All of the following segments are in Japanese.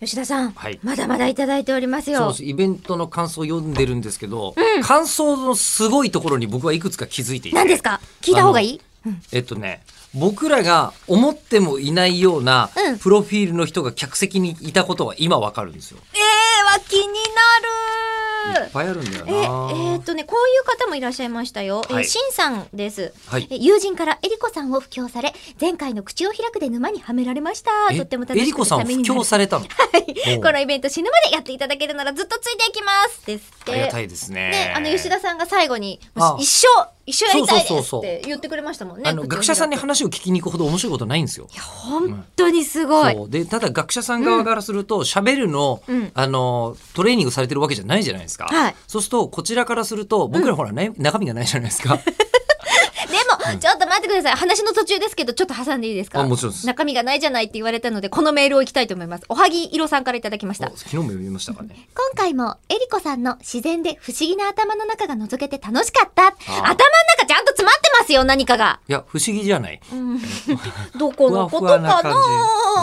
吉田さん、はいまだまだいただいておりますそうよですイベントの感想を読んでるんですけど、感想のすごいところに僕はいくつか気づいていて何ですか聞いた方がいいえっとね僕らが思ってもいないようなうんプロフィールの人が客席にいたことは今わかるんですよ。ええー、は気にないっぱいあるんだよえな。えーっとね、こういう方もいらっしゃいましたよ。えはーいしんさんです、はいえ友人からえりこさんを布教され、前回の口を開くで沼にはめられました。えとっても楽えしりくこてさんたをめに布なる教。された の。はいおうこのイベント死ぬまでやっていただけるならずっとついていきますですって。ありがたいですね。ね、あの吉田さんが最後に「あもう一生一生やりたいそでうそうす」っそうそうて言ってくれましたもんね。あの学者さんにい話を聞きに行くほど面白いことないんですよ。や本当にすごい。そうでただ学者さん側からすると喋、るの,、うんあのトレーニングされてるわけじゃないじゃないですか、はいそうするとこちらからすると僕らほら、ね中身がないじゃないですかでも、ちょっと待ってください。話の途中ですけど、ちょっと挟んでいいですかあもちろんです中身がないじゃないって言われたので、このメールをいきたいと思います。おはぎいろさんからいただきました昨。日も読みましたかね今回も、えりこさんの自然で不思議な頭の中が覗けて楽しかった。頭の中ちゃんと詰まってますよ、何か が。いや不思議じゃない、どこのことふわふわかなな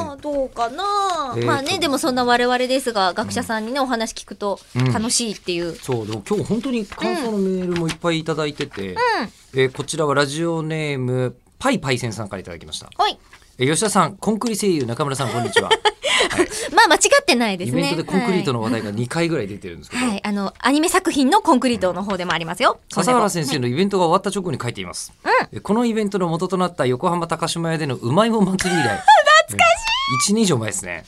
感どうかな、えーまあね、でもそんな我々ですが、学者さんにね、お話聞くとうん楽しいっていう。そうでも今日本当に感想のメールもいっぱいいただいてて、えーこちらはラジオネームパイパイセンさんからいただきましたおい。えー吉田さんコンクリ声優中村さんこんにち はまあ間違ってないですイね。ベントでコンクリートの、の話題が2回ぐらい出てるんですけど、はい。はい。あの、アニメ作品のコンクリートの方でもありますよ。笹原先生のイベントが終わった直後に書いています、えこのイベントの元となった横浜高島屋でのうまいもん祭 り以来懐かしい1年以上前ですね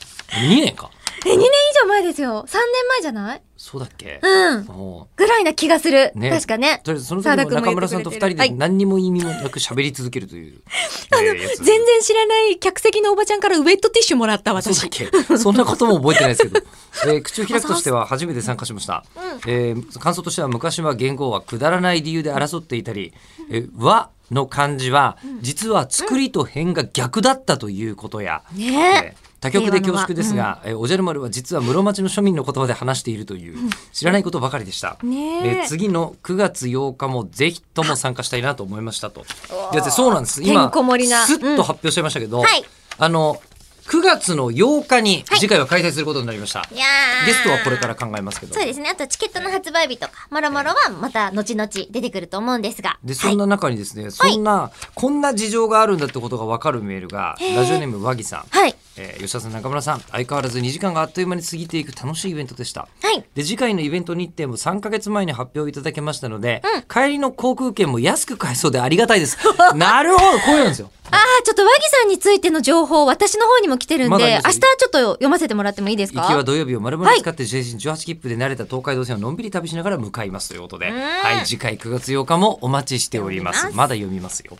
2年かえ、2年以上前ですよ。3年前じゃないそうだっけ、うん。もぐらいな気がする。ね確かね。とりあえずその澤時田も君も言ってくれて中村さんると2人はでい何にも意味もなく喋り続ける という、えーやつ全然知らない客席のおばちゃんからウェットティッシュもらったそうだ私。っけ そんなことも覚えてないですけど、 えー口を開くとしては初めて参加しました、えー感想としては昔は言語はくだらない理由で争っていたり「えー和」の漢字は実は作りと変が逆だったということや、ねええー他局で恐縮ですが、えーおじゃる丸は実は室町の庶民の言葉で話しているという知らないことばかりでした、ねえー次の9月8日もぜひとも参加したいなと思いましたとおーいやそうなんですてん今こ盛りなスッうんと発表しちゃいましたけど、はいあの9月の8日にい次回は開催することになりました、いやーゲストはこれから考えますけどそうですね。あとチケットの発売日とか、もろもろはまた後々出てくると思うんですが。ではそんい、な中にですね、そんな、こんな事情があるんだってことが分かるメールがへーラジオネーム和木さん、はい。えー吉田さん中村さん相変わらず2時間があっという間に過ぎていく楽しいイベントでしたはい。で次回のイベント日程も3ヶ月前に発表いただけましたので、うん帰りの航空券も安く買えそうでありが たいですなるほどこういうんですよああ、ちょっと和木さんについての情報、私の方にも来てるんで、まだいい明です日ちょっと読ませてもらってもいいです行きはか土曜日を丸々使って JC18 切符で慣れた東海道線をのんびり旅しながら向かいますということで、うんはい、次回9月8日もお待ちしておりまおりすますまだ読みますよ